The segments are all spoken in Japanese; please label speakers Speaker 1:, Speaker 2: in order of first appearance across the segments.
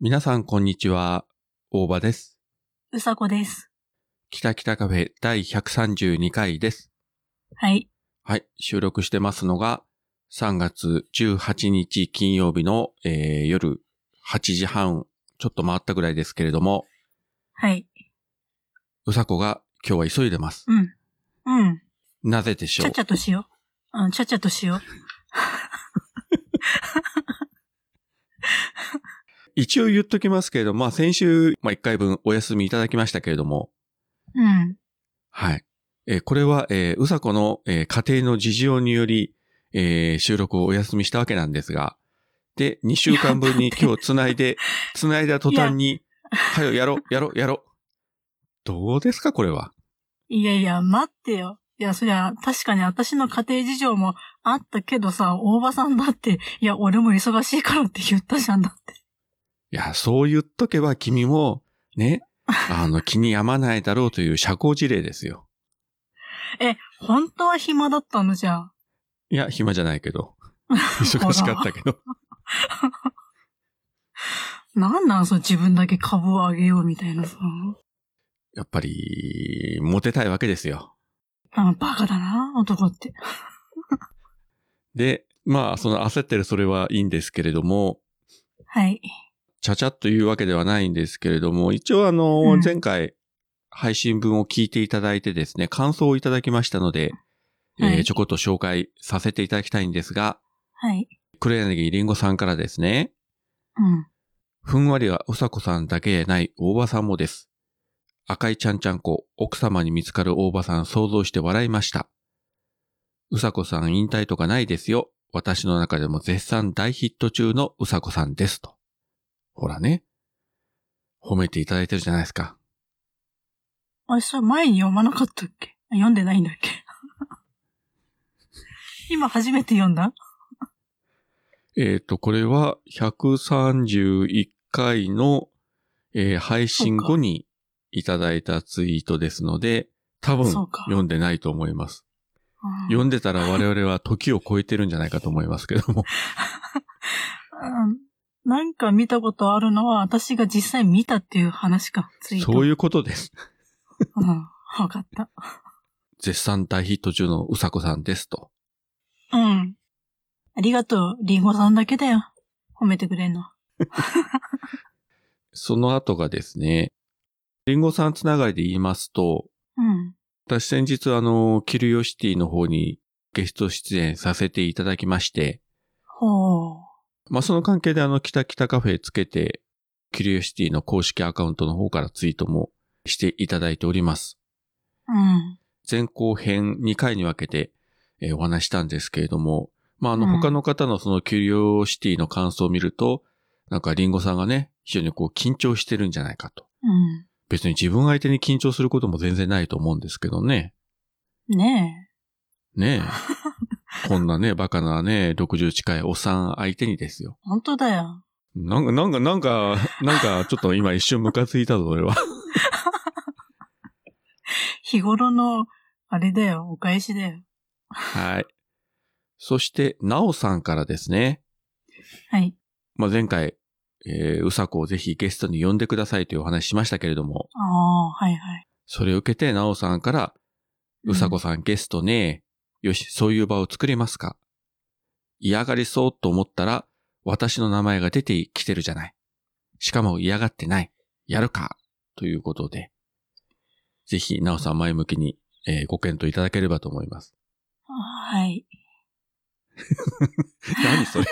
Speaker 1: 皆さん、こんにちは。大場です。
Speaker 2: うさこです。
Speaker 1: 北北カフェ第132回です。
Speaker 2: はい。
Speaker 1: はい。収録してますのが、3月18日金曜日の、えー夜8時半、ちょっと回ったぐらいですけれども、
Speaker 2: はい。
Speaker 1: うさこが今日は急いでます。
Speaker 2: うん。うん。
Speaker 1: なぜでし
Speaker 2: ち
Speaker 1: ょ
Speaker 2: ゃ
Speaker 1: う
Speaker 2: ちゃとしよう。うん、ちゃちゃとしよう。
Speaker 1: 一応言っときますけれども、まあ先週、まあ1回分お休みいただきましたけれども、
Speaker 2: うん。
Speaker 1: はい。えーこれは、えーうさこの、えー家庭の事情により、えー収録をお休みしたわけなんですが、で、2週間分に
Speaker 2: いや
Speaker 1: 今日つないで、つないだ途端に、はよ、やろ、やろ、やろ。どうですか、これは。
Speaker 2: いやいや、待ってよ。いや、そりゃ、確かに私の家庭事情もあったけどさ、大場さんだって、いや、俺も忙しいからって言ったじゃんだって。
Speaker 1: いや、そう言っとけば君も、ね、 あの、気に病まないだろうという社交辞令ですよ。
Speaker 2: 本当は暇だったのじゃあ。
Speaker 1: いや、暇じゃないけ ど。忙しかったけど。
Speaker 2: なんなん、そう自分だけ株を上げようみたいなさ。
Speaker 1: やっぱり、モテたいわけですよ。
Speaker 2: あバカだな、男って。
Speaker 1: で、まあ、その焦ってるそれはいいんですけれども、
Speaker 2: はい。
Speaker 1: ちゃちゃっというわけではないんですけれども、一応あの、
Speaker 2: うん
Speaker 1: 前回配信分を聞いていただいてですね、感想をいただきましたので、
Speaker 2: は
Speaker 1: えー
Speaker 2: い
Speaker 1: ちょこっと紹介させていただきたいんですが、
Speaker 2: はい。
Speaker 1: 黒柳りんごさんからですね、
Speaker 2: うん。
Speaker 1: ふんわりはうさこさんだけでない大場さんもです。赤いちゃんちゃんこ、奥様に見つかる大場さん想像して笑いました。うさこさん引退とかないですよ。私の中でも絶賛大ヒット中のうさこさんですと。ほらね。褒めていただいてるじゃないですか。
Speaker 2: あれ、それ前に読まなかったっけあ読んでないんだっけ 今初めて読んだ
Speaker 1: えっ、と、これは131回の、えー配信後にいただいたツイートですので、多分
Speaker 2: そうか
Speaker 1: 読んでないと思います。
Speaker 2: うん
Speaker 1: 読んでたら我々は時を超えてるんじゃないかと思いますけども。
Speaker 2: うんなんか見たことあるのは私が実際見たっていう話か。ツイー ト
Speaker 1: そういうことです。
Speaker 2: うん。わかった。
Speaker 1: 絶賛大ヒット中のうさこさんですと。
Speaker 2: うん。ありがとう。リンゴさんだけだよ。褒めてくれんの。
Speaker 1: その後がですね、リンゴさんつながりで言いますと、
Speaker 2: うん。
Speaker 1: 私先日あの、キルヨシティの方にゲスト出演させていただきまして、
Speaker 2: ほう。
Speaker 1: まあ、その関係であの、北北カフェつけて、キルヨシティの公式アカウントの方からツイートもしていただいております。
Speaker 2: うん。
Speaker 1: 前後編2回に分けて、えーお話ししたんですけれども、まあ、あの、
Speaker 2: うん
Speaker 1: 他の方のそのキュリオシティの感想を見ると、なんかリンゴさんがね、非常にこう緊張してるんじゃないかと。
Speaker 2: う
Speaker 1: 別に自分相手に緊張することも全然ないと思うんですけどね。
Speaker 2: ん。ね
Speaker 1: ね え。こんなね、バカなね、60近いおっさん相手にですよ
Speaker 2: え。。本当だよ。
Speaker 1: なんか、なんか、なんか、なんか、ちょっと今一瞬ムカついたぞ、俺は。
Speaker 2: 日頃の、あれだよ。お返しだよ。
Speaker 1: はい。そして、ナオさんからですね。
Speaker 2: はい。
Speaker 1: まあ、前回、えーうさこをぜひゲストに呼んでくださいというお話ししましたけれども、
Speaker 2: ああ、はいはい。
Speaker 1: それを受けて、なおさんから、うさこさんゲストね、よし、そういう場を作りますか。嫌がりそうと思ったら、私の名前が出てきてるじゃない。しかも嫌がってない。やるか。ということで、ぜひ、なおさん前向きに、えーご検討いただければと思い ます。
Speaker 2: うんはい。
Speaker 1: 何それ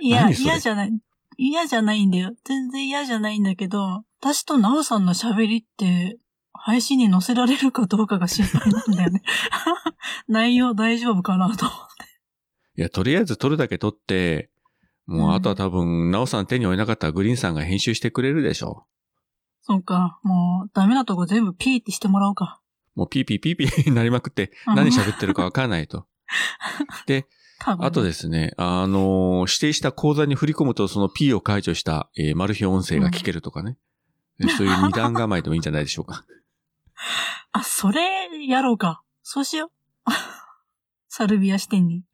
Speaker 2: いや、
Speaker 1: 何それ
Speaker 2: 嫌じゃない。嫌じゃないんだよ。全然嫌じゃないんだけど、私とナオさんの喋りって、配信に載せられるかどうかが心配なんだよね。 内容大丈夫かなと。
Speaker 1: いや、とりあえず撮るだけ撮って、もう
Speaker 2: うん
Speaker 1: あとは多分、なおさん手に負えなかったらグリーンさんが編集してくれるでしょ
Speaker 2: そうか、もう、ダメなとこ全部ピーってしてもらおうか。
Speaker 1: う。もうピーピーピーピーになりまくって、
Speaker 2: うん
Speaker 1: 何喋ってるかわかんない と。
Speaker 2: 多分。
Speaker 1: あとですね、あのー指定した口座に振り込むと、その P を解除した、えーマル秘音声が聞けるとかね。
Speaker 2: ん
Speaker 1: そういう二段構えでもいいんじゃないでしょう か。
Speaker 2: あ、それ、やろうか。そうしよう。 サルビア視点に。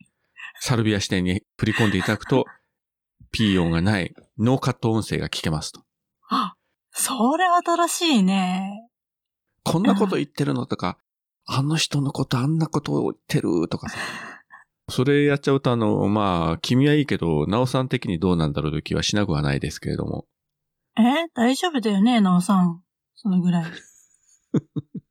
Speaker 1: サルビア視点に振り込んでいただくと、P 音がないノーカット音声が聞けますと。
Speaker 2: あ、それ新しいね。
Speaker 1: こんなこと言ってるのとか、あの人のことあんなこと言ってるとかさ。 それやっちゃうとあの、まあ、君はいいけど、なおさん的にどうなんだろうという気はしなくはないですけれども。
Speaker 2: え大丈夫だよね、なおさん。そのぐらい。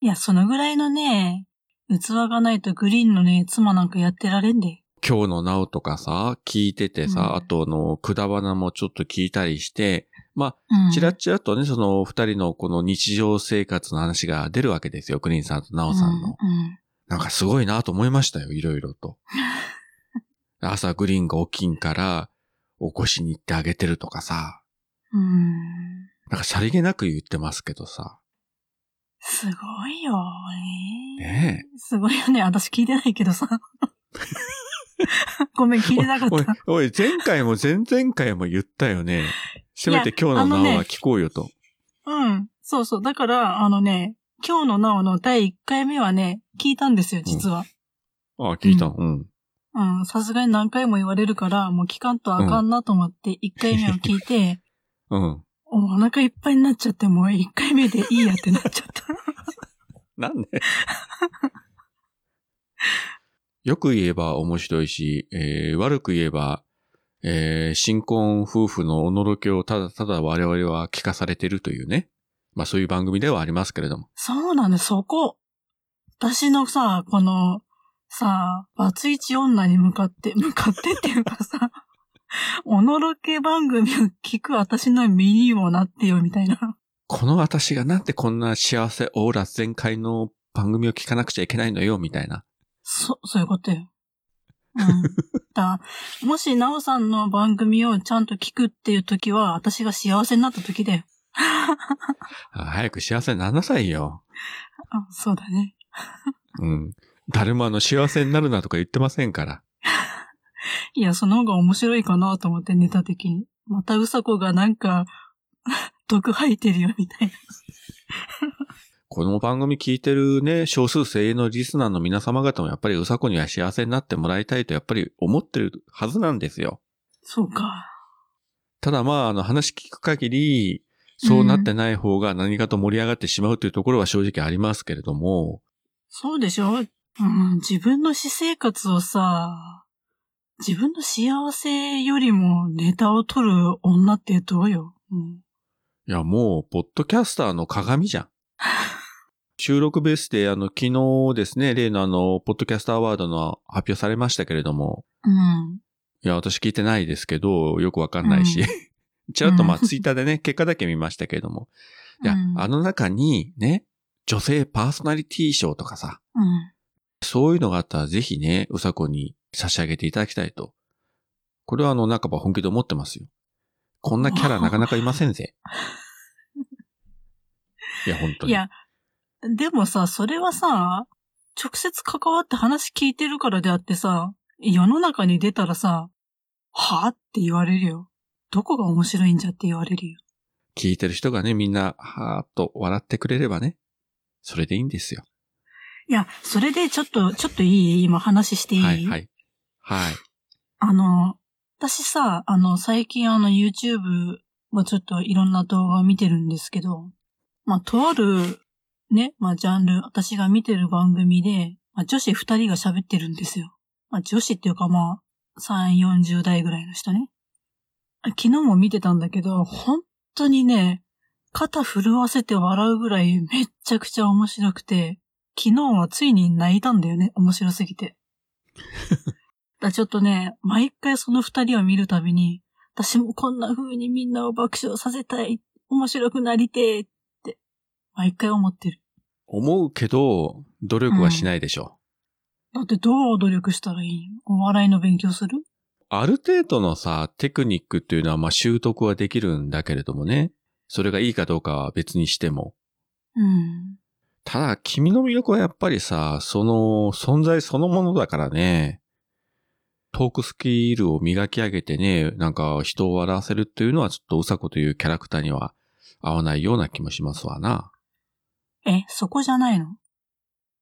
Speaker 2: いや、そのぐらいのね、器がないとグリーンのね、妻なんかやってられんで。
Speaker 1: 今日のなおとかさ、聞いててさ、
Speaker 2: うん
Speaker 1: あとあの、くだばなもちょっと聞いたりして、
Speaker 2: うん。
Speaker 1: ちらちらとね、その二人のこの日常生活の話が出るわけですよ。クリーンさんとなおさんの。
Speaker 2: うんうん
Speaker 1: なんかすごいなと思いましたよ、いろいろ と。朝グリーンが起きんから、起こしに行ってあげてるとかさ。
Speaker 2: うん。
Speaker 1: なんかさりげなく言ってますけどさ。
Speaker 2: すごいよね。
Speaker 1: ね
Speaker 2: すごいよね。私聞いてないけどさ。 ごめん、聞いてなか
Speaker 1: え。
Speaker 2: っ
Speaker 1: おい
Speaker 2: た。、
Speaker 1: おい、前回も前々回も言ったよね。せめて今日
Speaker 2: あ
Speaker 1: の
Speaker 2: のね
Speaker 1: なおは聞こうよと。
Speaker 2: うん。そうそう。だから、あのね、今日のなおの第1回目はね、聞いたんですよ、実は。
Speaker 1: ああ、聞いたの。うん。
Speaker 2: うん。さすがに何回も言われるから、もう聞かんとあかんなと思って、1回目を聞いて、
Speaker 1: うん。
Speaker 2: おお腹いっぱいになっちゃって、もう1回目でいいやってなっちゃった。
Speaker 1: なんでよく言えば面白いし、えー悪く言えば、えー新婚夫婦のおのろけをただただ我々は聞かされてるというね。まあそういう番組ではありますけれども。
Speaker 2: そうなんだ、そこ。私のさ、この、さ、バツイチ女に向かって、 向かってっていうかさ、 おのろけ番組を聞く私の身にもなってよ、みたいな。
Speaker 1: この私がなんでこんな幸せオーラ全開の番組を聞かなくちゃいけないのよ、みたいな。
Speaker 2: そ、そういうことよ。うん。だもし、なおさんの番組をちゃんと聞くっていう時は、私が幸せになった時だよ。
Speaker 1: あ早く幸せにならなさいよ。
Speaker 2: あ、そうだね。
Speaker 1: うん。誰もあの幸せになるなとか言ってませんから。
Speaker 2: いや、その方が面白いかなと思って、ネタ的に。またうさこがなんか、 毒吐いてるよ、みたいな。
Speaker 1: この番組聞いてるね、少数精鋭のリスナーの皆様方もやっぱりうさこには幸せになってもらいたいとやっぱり思ってるはずなんですよ。
Speaker 2: そうか。
Speaker 1: ただまあ、あの話聞く限り、そうなってない方が何かと盛り上がってしまうというところは正直ありますけれども、
Speaker 2: そうでしょ、うん、自分の私生活をさ、自分の幸せよりもネタを取る女ってどうよ、うん、
Speaker 1: いやもう、ポッドキャスターの鏡じゃん。収録ベースで、あの、昨日ですね、例のあの、ポッドキャスターアワードの発表されましたけれども、
Speaker 2: うん。
Speaker 1: いや、私聞いてないですけど、よくわかんないし。 ちらっとまあ、
Speaker 2: うん
Speaker 1: ツイッターでね、結果だけ見ましたけれども。いや、
Speaker 2: うん
Speaker 1: あの中に、ね、女性パーソナリティ賞とかさ、
Speaker 2: うん。
Speaker 1: そういうのがあったらぜひね、うさこに差し上げていただきたいと。これはあの、半ば本気で思ってますよ。こんなキャラなかなかいません ぜ。いや、本当
Speaker 2: い
Speaker 1: に。
Speaker 2: や、でもさ、それはさ、直接関わって話聞いてるからであってさ、世の中に出たらさ、はぁって言われるよ。どこが面白いんじゃって言われるよ。
Speaker 1: 聞いてる人がね、みんな、はーっと笑ってくれればね、それでいいんですよ。
Speaker 2: いや、それでちょっと、ちょっといい今話していい、
Speaker 1: はい、はい。はい。
Speaker 2: あの、私さ、あの、最近あの YouTube もちょっといろんな動画を見てるんですけど、まあ、とある、ね、まあ、ジャンル、私が見てる番組で、まあ、女子二人が喋ってるんですよ。まあ、女子っていうかまあ、3、40代ぐらいの人ね。昨日も見てたんだけど、本当にね、肩震わせて笑うぐらいめっちゃくちゃ面白くて、昨日はついに泣いたんだよね、面白すぎて。だちょっとね、毎回その二人を見るたびに、私もこんな風にみんなを爆笑させたい、面白くなりてーって、毎回思ってる。
Speaker 1: 思うけど、努力はしないでしょう。
Speaker 2: だってどう努力したらいいのお笑いの勉強する
Speaker 1: ある程度のさ、テクニックっていうのは、まあ、習得はできるんだけれどもね。それがいいかどうかは別にしても。
Speaker 2: うん。
Speaker 1: ただ、君の魅力はやっぱりさ、その、存在そのものだからね。トークスキルを磨き上げてね、なんか人を笑わせるっていうのはちょっとうさこというキャラクターには合わないような気もしますわな。
Speaker 2: え、そこじゃないの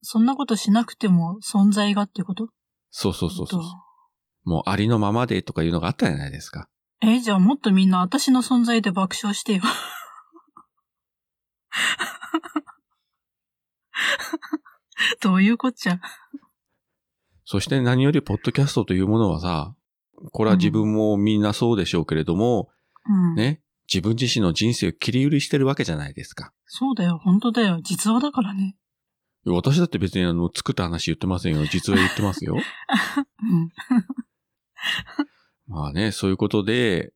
Speaker 2: そんなことしなくても存在がってこと
Speaker 1: そうそうそうそう
Speaker 2: えっと。
Speaker 1: もうありのままでとかいうのがあったじゃないですか。
Speaker 2: え、じゃあもっとみんな私の存在で爆笑して よ。どういうこっちゃ。
Speaker 1: そして何よりポッドキャストというものはさ、これは自分もみんなそうでしょうけれども、
Speaker 2: うん。
Speaker 1: ね、自分自身の人生を切り売りしてるわけじゃないですか。
Speaker 2: そうだよ、本当だよ。実話だからね。
Speaker 1: 私だって別にあの、作った話言ってませんよ。実は言ってますよ。
Speaker 2: うん。
Speaker 1: まあね、そういうことで、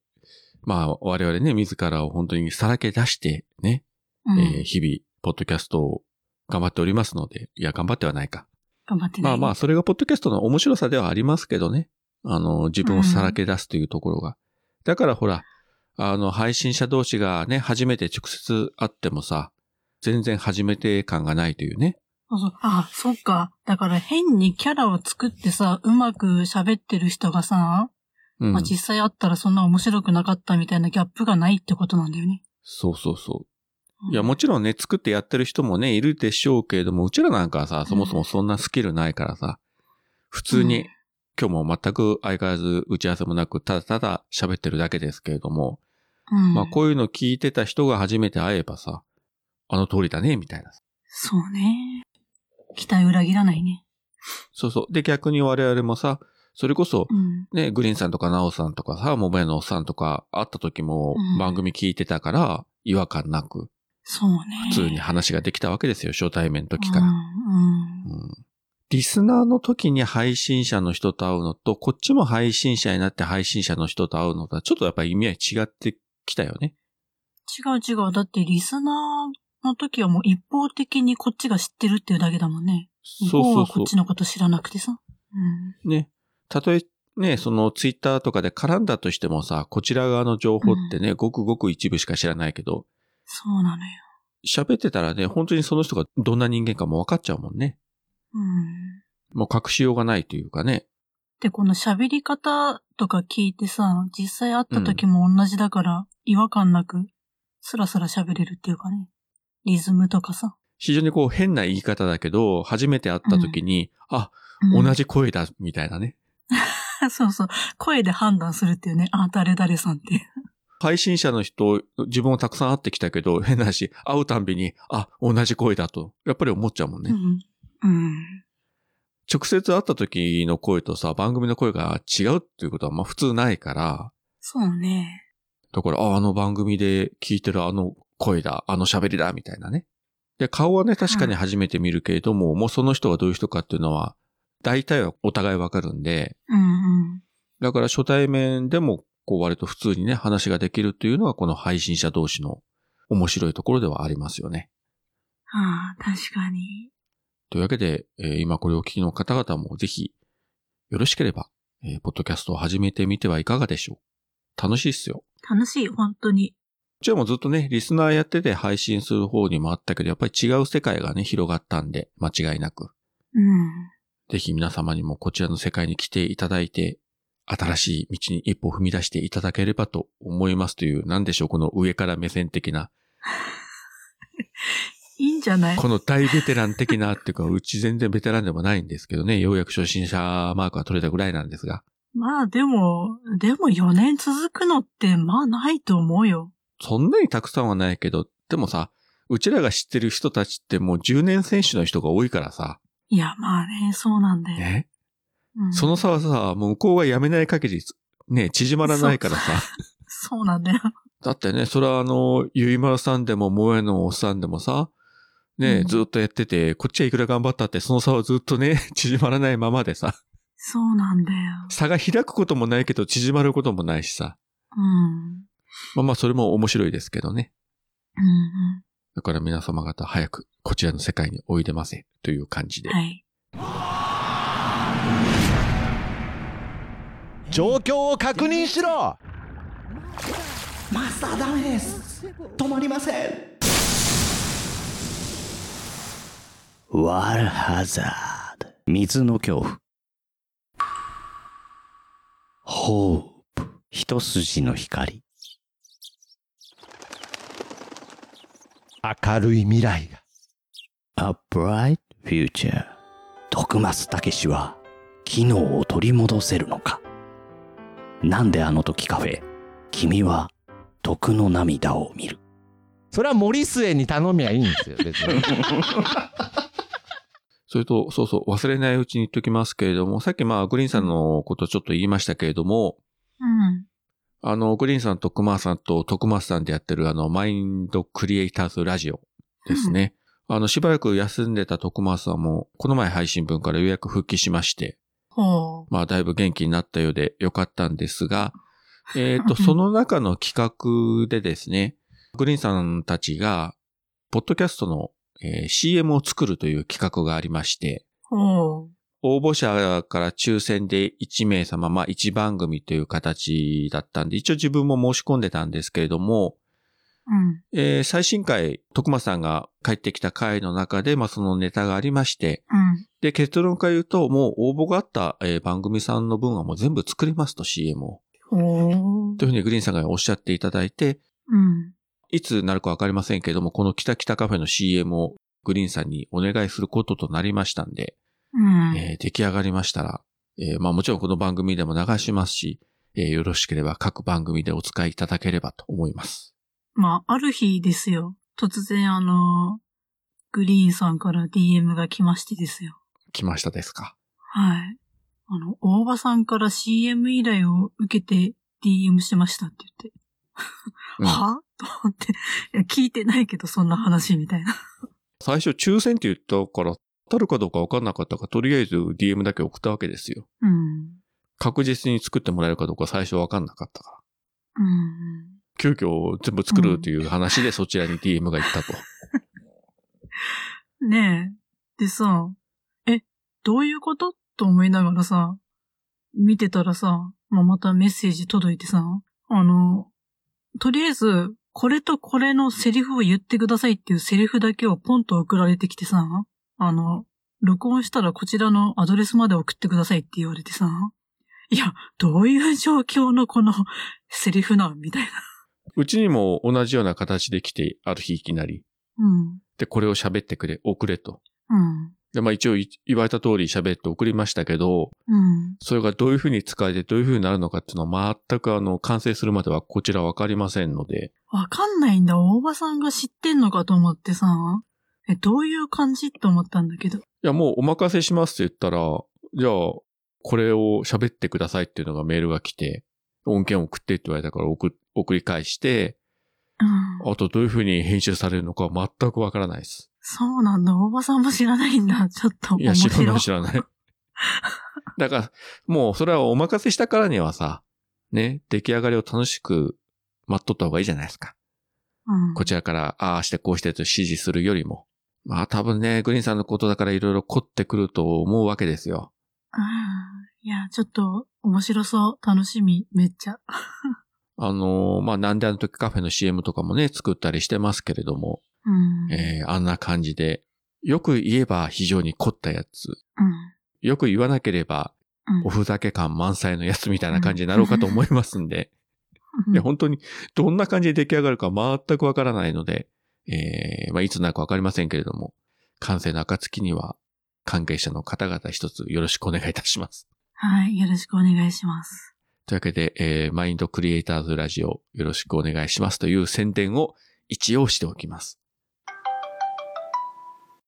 Speaker 1: まあ我々ね、自らを本当にさらけ出してね、
Speaker 2: うん
Speaker 1: えー日々、ポッドキャストを頑張っておりますので、いや、頑張ってはないか。
Speaker 2: 頑張ってね。
Speaker 1: まあまあ、それがポッドキャストの面白さではありますけどね。あの、自分をさらけ出すというところが。だからほら、あの、配信者同士がね、初めて直接会ってもさ、全然初めて感がないというね。
Speaker 2: そうそう。あ、そっか。だから変にキャラを作ってさ、うまく喋ってる人がさ、
Speaker 1: うん
Speaker 2: まあ、。実際会ったらそんな面白くなかったみたいなギャップがないってことなんだよね。
Speaker 1: そうそうそうう。
Speaker 2: ん
Speaker 1: いや、もちろんね、作ってやってる人もね、いるでしょうけれども、うちらなんかはさ、そもそもそんなスキルないからさ、普通に、
Speaker 2: うん
Speaker 1: 今日も全く相変わらず打ち合わせもなく、ただただ喋ってるだけですけれども、
Speaker 2: うん。
Speaker 1: まあこういうの聞いてた人が初めて会えばさ、あの通りだね、みたいな。
Speaker 2: そうね。期待裏切らないね。
Speaker 1: そうそう。で、逆に我々もさ、それこそ、
Speaker 2: うん。
Speaker 1: ね、グリーンさんとかナオさんとかさ、桃屋のおっさんとか会った時も
Speaker 2: うん
Speaker 1: 番組聞いてたから、違和感なく、
Speaker 2: そうね。
Speaker 1: 普通に話ができたわけですよ、初対面の時
Speaker 2: う
Speaker 1: か
Speaker 2: ん
Speaker 1: ら。うんリスナーの時に配信者の人と会うのと、こっちも配信者になって配信者の人と会うのとは、ちょっとやっぱり意味合い違ってきたよね。
Speaker 2: うん。違う違う。だってリスナーの時はもう一方的にこっちが知ってるっていうだけだもんね。
Speaker 1: そう
Speaker 2: 向
Speaker 1: そう
Speaker 2: こう
Speaker 1: そう。
Speaker 2: はこっちのこと知らなくてさ。うん。
Speaker 1: ね。たとえ、ね、そのツイッターとかで絡んだとしてもさ、こちら側の情報ってね、ごくごく一部しか知らないけど、
Speaker 2: そうなのよ。
Speaker 1: 喋ってたらね、本当にその人がどんな人間かも分かっちゃうもんね。
Speaker 2: うん。
Speaker 1: もう隠しようがないというかね。
Speaker 2: で、この喋り方とか聞いてさ、実際会った時も同じだから、違和感なく、スラスラ喋れるっていうかね。リズムとかさ。
Speaker 1: 非常にこう変な言い方だけど、初めて会った時に、あ、
Speaker 2: うん
Speaker 1: 同。じ声だ、みたいなね。
Speaker 2: そうそう。声で判断するっていうね。あ、誰々さんって。
Speaker 1: 配信者の人、自分もたくさん会ってきたけど、 変なし、会うたんびに、あ、同じ声だと、やっぱり思っちゃうもんね。
Speaker 2: うん。うん。
Speaker 1: 直接会った時の声とさ、番組の声が違うっていうことは、まあ普通ないから、
Speaker 2: そうね。
Speaker 1: だから、あ、あの番組で聞いてるあの声だ、あの喋りだ、みたいなね。で、顔はね、確かに初めて見るけれども、もうその人がどういう人かっていうのは、大体はお互いわかるんで、
Speaker 2: うん
Speaker 1: だから初対面でも、こう割と普通にね、話ができるっていうのは、この配信者同士の面白いところではありますよね。
Speaker 2: うん。ああ、確かに。
Speaker 1: というわけで、えー今これをお聞きの方々もぜひ、よろしければ、えーポッドキャストを始めてみてはいかがでしょう。楽しいっすよ。こ
Speaker 2: 楽しい、本当に。
Speaker 1: っちはもうずっとね、リスナーやってて配信する方にもあったけど、やっぱり違う世界がね、広がったんで、間違いなく。
Speaker 2: うん。
Speaker 1: ぜひ皆様にもこちらの世界に来ていただいて、新しい道に一歩踏み出していただければと思いますという、なんでしょう、この上から目線的な、
Speaker 2: いいんじゃない
Speaker 1: この大ベテラン的なっていうか、うち全然ベテランでもないんですけどね、ようやく初心者マークが取れたぐらいなんですが、
Speaker 2: まあでも、でも4年続くのって、まあないと思うよ。
Speaker 1: そんなにたくさんはないけど、でもさ、うちらが知ってる人たちってもう10年選手の人が多いからさ、
Speaker 2: いや、まあね、そうなんだよ。
Speaker 1: ね。
Speaker 2: うん
Speaker 1: その差はさ、もう向こうが辞めない限り、ね、縮まらないからさ。
Speaker 2: そうなんだよ。
Speaker 1: だってね、それはあの、ゆいまるさんでも、萌えのおっさんでもさ、ね、
Speaker 2: うん
Speaker 1: ずっとやってて、こっちはいくら頑張ったって、その差はずっとね、 縮まらないままでさ、
Speaker 2: そうなんだよ。
Speaker 1: 差が開くこともないけど、縮まることもないしさ。
Speaker 2: うん。
Speaker 1: まあまあ、それも面白いですけどね。
Speaker 2: うん
Speaker 1: だから皆様方、早く、こちらの世界においでませ、という感じ
Speaker 2: う
Speaker 1: で
Speaker 2: ん。。はい。
Speaker 3: 状況を確認しろ
Speaker 4: マスターダメです止まりません
Speaker 3: ワールハザード水の恐怖ホープ一筋の光明るい未来が A bright future 徳増武氏は機能を取り戻せるのかなんであの時カフェ君は毒の涙を見る。
Speaker 5: それは森末に頼みゃいいんですよ、別に。
Speaker 1: それと、そうそう、忘れないうちに言っときますけれども、さっきまあ、グリーンさんのことちょっと言いましたけれども、
Speaker 2: うん。
Speaker 1: あの、グリーンさんとクマさんと徳松さんでやってるあの、マインドクリエイターズラジオですね。あの、しばらく休んでた徳松さんも、この前配信分からようやく復帰しまして、
Speaker 2: ほう。
Speaker 1: まあ、だいぶ元気になったようでよかったんですが、えっ、と、その中の企画でですね、グリーンさんたちが、ポッドキャストの、えー CM を作るという企画がありまして、
Speaker 2: ほう。
Speaker 1: 応募者から抽選で1名様、まあ1番組という形だったんで、一応自分も申し込んでたんですけれども、
Speaker 2: うん。
Speaker 1: えー最新回、徳間さんが帰ってきた回の中で、まあそのネタがありまして、
Speaker 2: うん。
Speaker 1: で、結論から言うと、もう応募があった、えー番組さんの分はもう全部作りますと CM を。
Speaker 2: ほう。
Speaker 1: というふうにグリーンさんがおっしゃっていただいて、
Speaker 2: うん。
Speaker 1: いつなるかわかりませんけれども、この北北カフェの CM をグリーンさんにお願いすることとなりましたんで、
Speaker 2: うん。
Speaker 1: えー出来上がりましたら、えーまあもちろんこの番組でも流しますし、えーよろしければ各番組でお使いいただければと思います。
Speaker 2: まあ、ある日ですよ。突然あの、グリーンさんから DM が来ましてですよ。
Speaker 1: 来ましたですか
Speaker 2: はい。あの、大場さんから CM 依頼を受けて DM しましたって言って。
Speaker 1: うん
Speaker 2: は と思って。いや、聞いてないけど、そんな話みたいな。
Speaker 1: 最初抽選って言ったから、当たるかどうかわかんなかったから、とりあえず DM だけ送ったわけですよ。
Speaker 2: うん。
Speaker 1: 確実に作ってもらえるかどうか最初わかんなかったから。
Speaker 2: うん。
Speaker 1: 急遽全部作るという話でそちらに DM が行ったと。
Speaker 2: ねえ。でさ、え、どういうことと思いながらさ、見てたらさ、まあ、またメッセージ届いてさ、あの、とりあえず、これとこれのセリフを言ってくださいっていうセリフだけをポンと送られてきてさ、あの、録音したらこちらのアドレスまで送ってくださいって言われてさ、いや、どういう状況のこのセリフなんみたいな。
Speaker 1: うちにも同じような形で来て、ある日いきなり。
Speaker 2: うん。
Speaker 1: で、これを喋ってくれ、送れと。
Speaker 2: うん。
Speaker 1: で、まあ一応い言われた通り喋って送りましたけど、
Speaker 2: うん。
Speaker 1: それがどういうふうに使えてどういうふうになるのかっていうのは全くあの完成するまではこちらわかりませんので、
Speaker 2: わかんないんだ。大場さんが知ってんのかと思ってさ。え、どういう感じと思ったんだけど。
Speaker 1: いやもうお任せしますって言ったら、じゃあこれを喋ってくださいっていうのがメールが来て、音源を送ってって言われたから送送り返して、
Speaker 2: うん。
Speaker 1: あとどういうふうに編集されるのかは全くわからないです。
Speaker 2: そうなんだ。大場さんも知らないんだ。ちょっと
Speaker 1: い
Speaker 2: 面
Speaker 1: や、知ら
Speaker 2: 白。
Speaker 1: ないい知らない。だから、もうそれはお任せしたからにはさ、ね、出来上がりを楽しく待っとった方がいいじゃないですか。
Speaker 2: うん、
Speaker 1: こちらから、ああしてこうしてと指示するよりも。まあ多分ね、グリーンさんのことだからいろいろ凝ってくると思うわけですよ。
Speaker 2: うん。いや、ちょっと面白そう。楽しみ。めっちゃ。
Speaker 1: あのーまあなんであの時カフェの CM とかもね、作ったりしてますけれども、
Speaker 2: うん。
Speaker 1: えー、あんな感じで、よく言えば非常に凝ったやつ、
Speaker 2: うん。
Speaker 1: よく言わなければ
Speaker 2: うん
Speaker 1: おふざけ感満載のやつみたいな感じになろうかと思いますんで、
Speaker 2: うん
Speaker 1: いや本当にどんな感じで出来上がるか全くわからないので、えー、まあいつになるかわかりませんけれども、完成の暁には関係者の方々一つよろしくお願いいたします。
Speaker 2: はい。よろしくお願いします。
Speaker 1: というわけで、えー、マインドクリエイターズラジオよろしくお願いしますという宣伝を一応しておきます。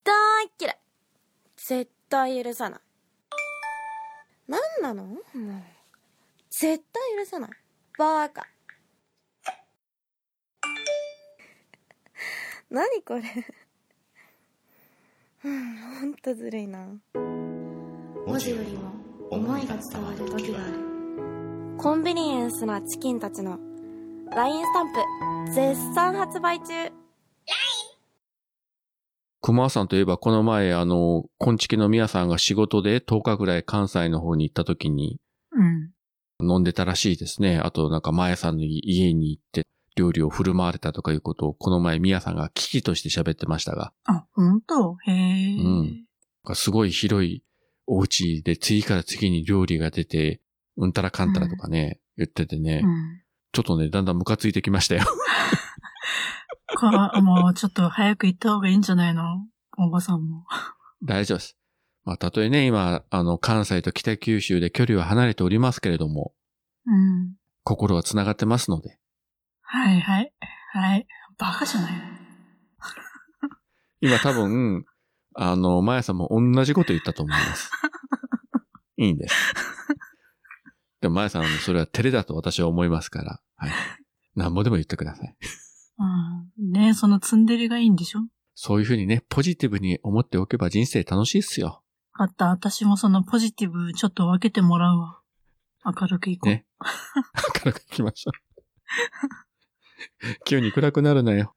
Speaker 6: 大っ嫌い絶対許さない何なのもう絶対許さないバーカ 何これ うんほんとずるいな
Speaker 4: 文字よりも思いが伝わる時がある
Speaker 6: コンビニエンスなチキンたちの LINE スタンプ絶賛発売中
Speaker 1: 熊さんといえばこの前、あの、昆きの宮さんが仕事で10日ぐらい関西の方に行った時に
Speaker 2: うん。
Speaker 1: 飲んでたらしいですね。あとなんか前さんの家に行って料理を振る舞われたとかいうことをこの前宮さんが危機として喋ってましたが、
Speaker 2: あ、ほんとへえ。
Speaker 1: うんなんかすごい広いお家で次から次に料理が出て、うんたらかんたらとかね、言っててね、
Speaker 2: うん。
Speaker 1: ちょっとね、だんだんムカついてきましたよ。
Speaker 2: から、もうちょっと早く行った方がいいんじゃないの大場さんも。
Speaker 1: 大丈夫です。まあ、たとえね、今、あの、関西と北九州で距離は離れておりますけれども、
Speaker 2: うん。
Speaker 1: こ心は繋がってますので、
Speaker 2: はいはい。はい。バカじゃない
Speaker 1: 今多分、あの、まやさんも同じこと言ったと思います。いいんです。でもまやさん、それは照れだと私は思いますから、はい。なんぼでも言ってください。
Speaker 2: うん。ねそのツンデレがいいんでしょ
Speaker 1: そういうふうにね、ポジティブに思っておけば人生楽しいっすよ。
Speaker 2: あった、私もそのポジティブちょっと分けてもらうわ。明るくいこう。
Speaker 1: ね明るく行きましょう。急に暗くなるなよ。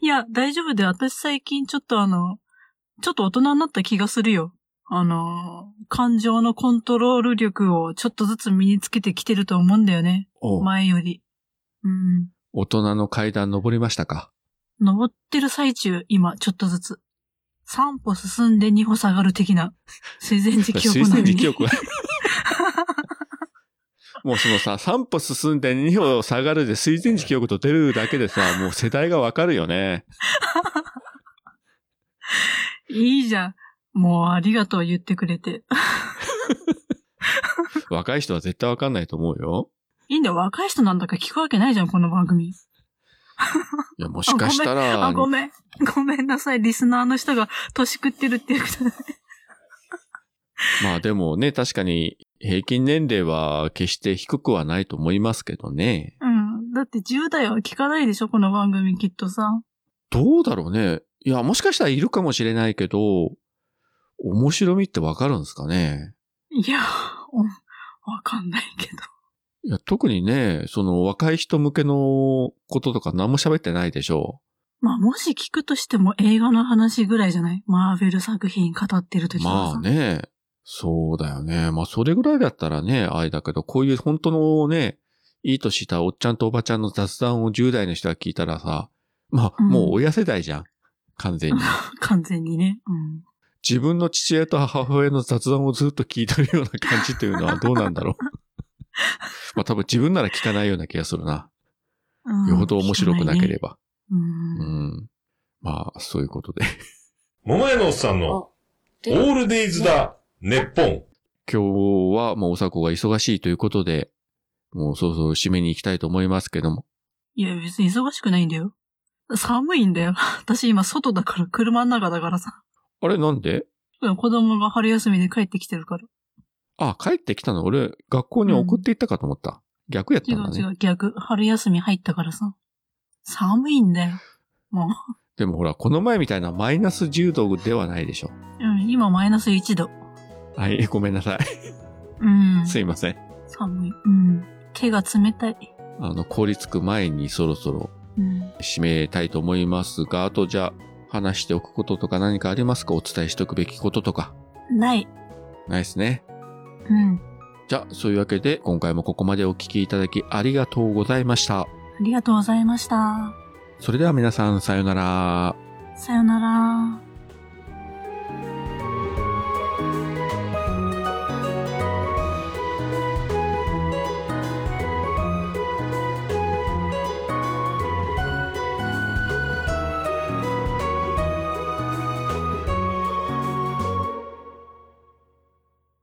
Speaker 2: いや、大丈夫で、私最近ちょっとあの、ちょっと大人になった気がするよ。あの、感情のコントロール力をちょっとずつ身につけてきてると思うんだよね。
Speaker 1: おう
Speaker 2: 前より。うん。
Speaker 1: 大人の階段登りましたか
Speaker 2: 登ってる最中、今、ちょっとずつ。3歩進んで2歩下がる的 な、水前寺記憶
Speaker 1: 水
Speaker 2: の
Speaker 1: 前寺
Speaker 2: みに
Speaker 1: 記 憶もうそのさ、3歩進んで2歩下がるで水前寺記憶と出るだけで さ、もう世代がわかるよね。
Speaker 2: いいじゃん。もうありがとう言ってくれて。
Speaker 1: 若い人は絶対わかんないと思うよ。
Speaker 2: いいんだよ、若い人なんだから聞くわけないじゃん、この番組。
Speaker 1: いや、もしかしたら、
Speaker 2: あ、ごめん。ごめんなさい、リスナーの人が年食ってるっていうことで。
Speaker 1: まあでもね、確かに平均年齢は決して低くはないと思いますけどね。
Speaker 2: うん。だって10代は聞かないでしょ、この番組きっとさ。
Speaker 1: どうだろうね。いや、もしかしたらいるかもしれないけど、面白みってわかるんですかね。
Speaker 2: いや、おわかんないけど。
Speaker 1: いや、特にね、その若い人向けのこととか何も喋ってないでしょ
Speaker 2: まあ、もし聞くとしても映画の話ぐらいじゃないマーベル作品語ってると
Speaker 1: う。
Speaker 2: きとか
Speaker 1: ま
Speaker 2: さ
Speaker 1: あね、そうだよね。まあそれぐらいだったらね、あれだけど、こういう本当のね、いい年したおっちゃんとおばちゃんの雑談を10代の人が聞いたらさ、まあ、
Speaker 2: うん
Speaker 1: もう親世代じゃん。完 全に。
Speaker 2: 完全にね。うん。
Speaker 1: 自分の父親と母親の雑談をずっと聞いてるような感じというのはどうなんだろ う。まあ多分自分なら聞かないような気がするな。
Speaker 2: うん
Speaker 1: よほど面白くなけれ
Speaker 2: 聞
Speaker 1: ば。
Speaker 2: かな
Speaker 1: う
Speaker 2: いね
Speaker 1: ん。まあ、そういうことで。
Speaker 7: 桃屋のおっさんの、オールデイズだ、ネッポン。
Speaker 1: 今日は、まあ、おさこが忙しいということで、もうそろそろ締めに行きたいと思いますけども。
Speaker 2: いや、別に忙しくないんだよ。寒いんだよ。 私今外だから、車の中だからさ。
Speaker 1: あれなんで
Speaker 2: 子供が春休みで帰ってきてるから。
Speaker 1: あ、帰ってきたの俺、学校に送って行ったかと思った。逆やった
Speaker 2: 違
Speaker 1: んだ
Speaker 2: う
Speaker 1: ね。
Speaker 2: 違う、逆。春休み入ったからさ。寒いんだよ。も
Speaker 1: でもほら、この前みたいなマイナス10度ではないでしょ。
Speaker 2: う。うん、今マイナス1度。
Speaker 1: はい、ごめんなさい。
Speaker 2: うん。
Speaker 1: すいません。
Speaker 2: 寒い。うん。手が冷たい。
Speaker 1: あの、凍りつく前にそろそろ
Speaker 2: うん。
Speaker 1: 締めたいと思いますが、あとじゃあ、話しておくこととか何かありますかお伝えしておくべきこととか。
Speaker 2: ない。
Speaker 1: ないですね。
Speaker 2: うん。
Speaker 1: じゃあ、そういうわけで、今回もここまでお聞きいただきありがとうございました。
Speaker 2: ありがとうございました。
Speaker 1: それでは皆さん、さようなら。
Speaker 2: さよなら。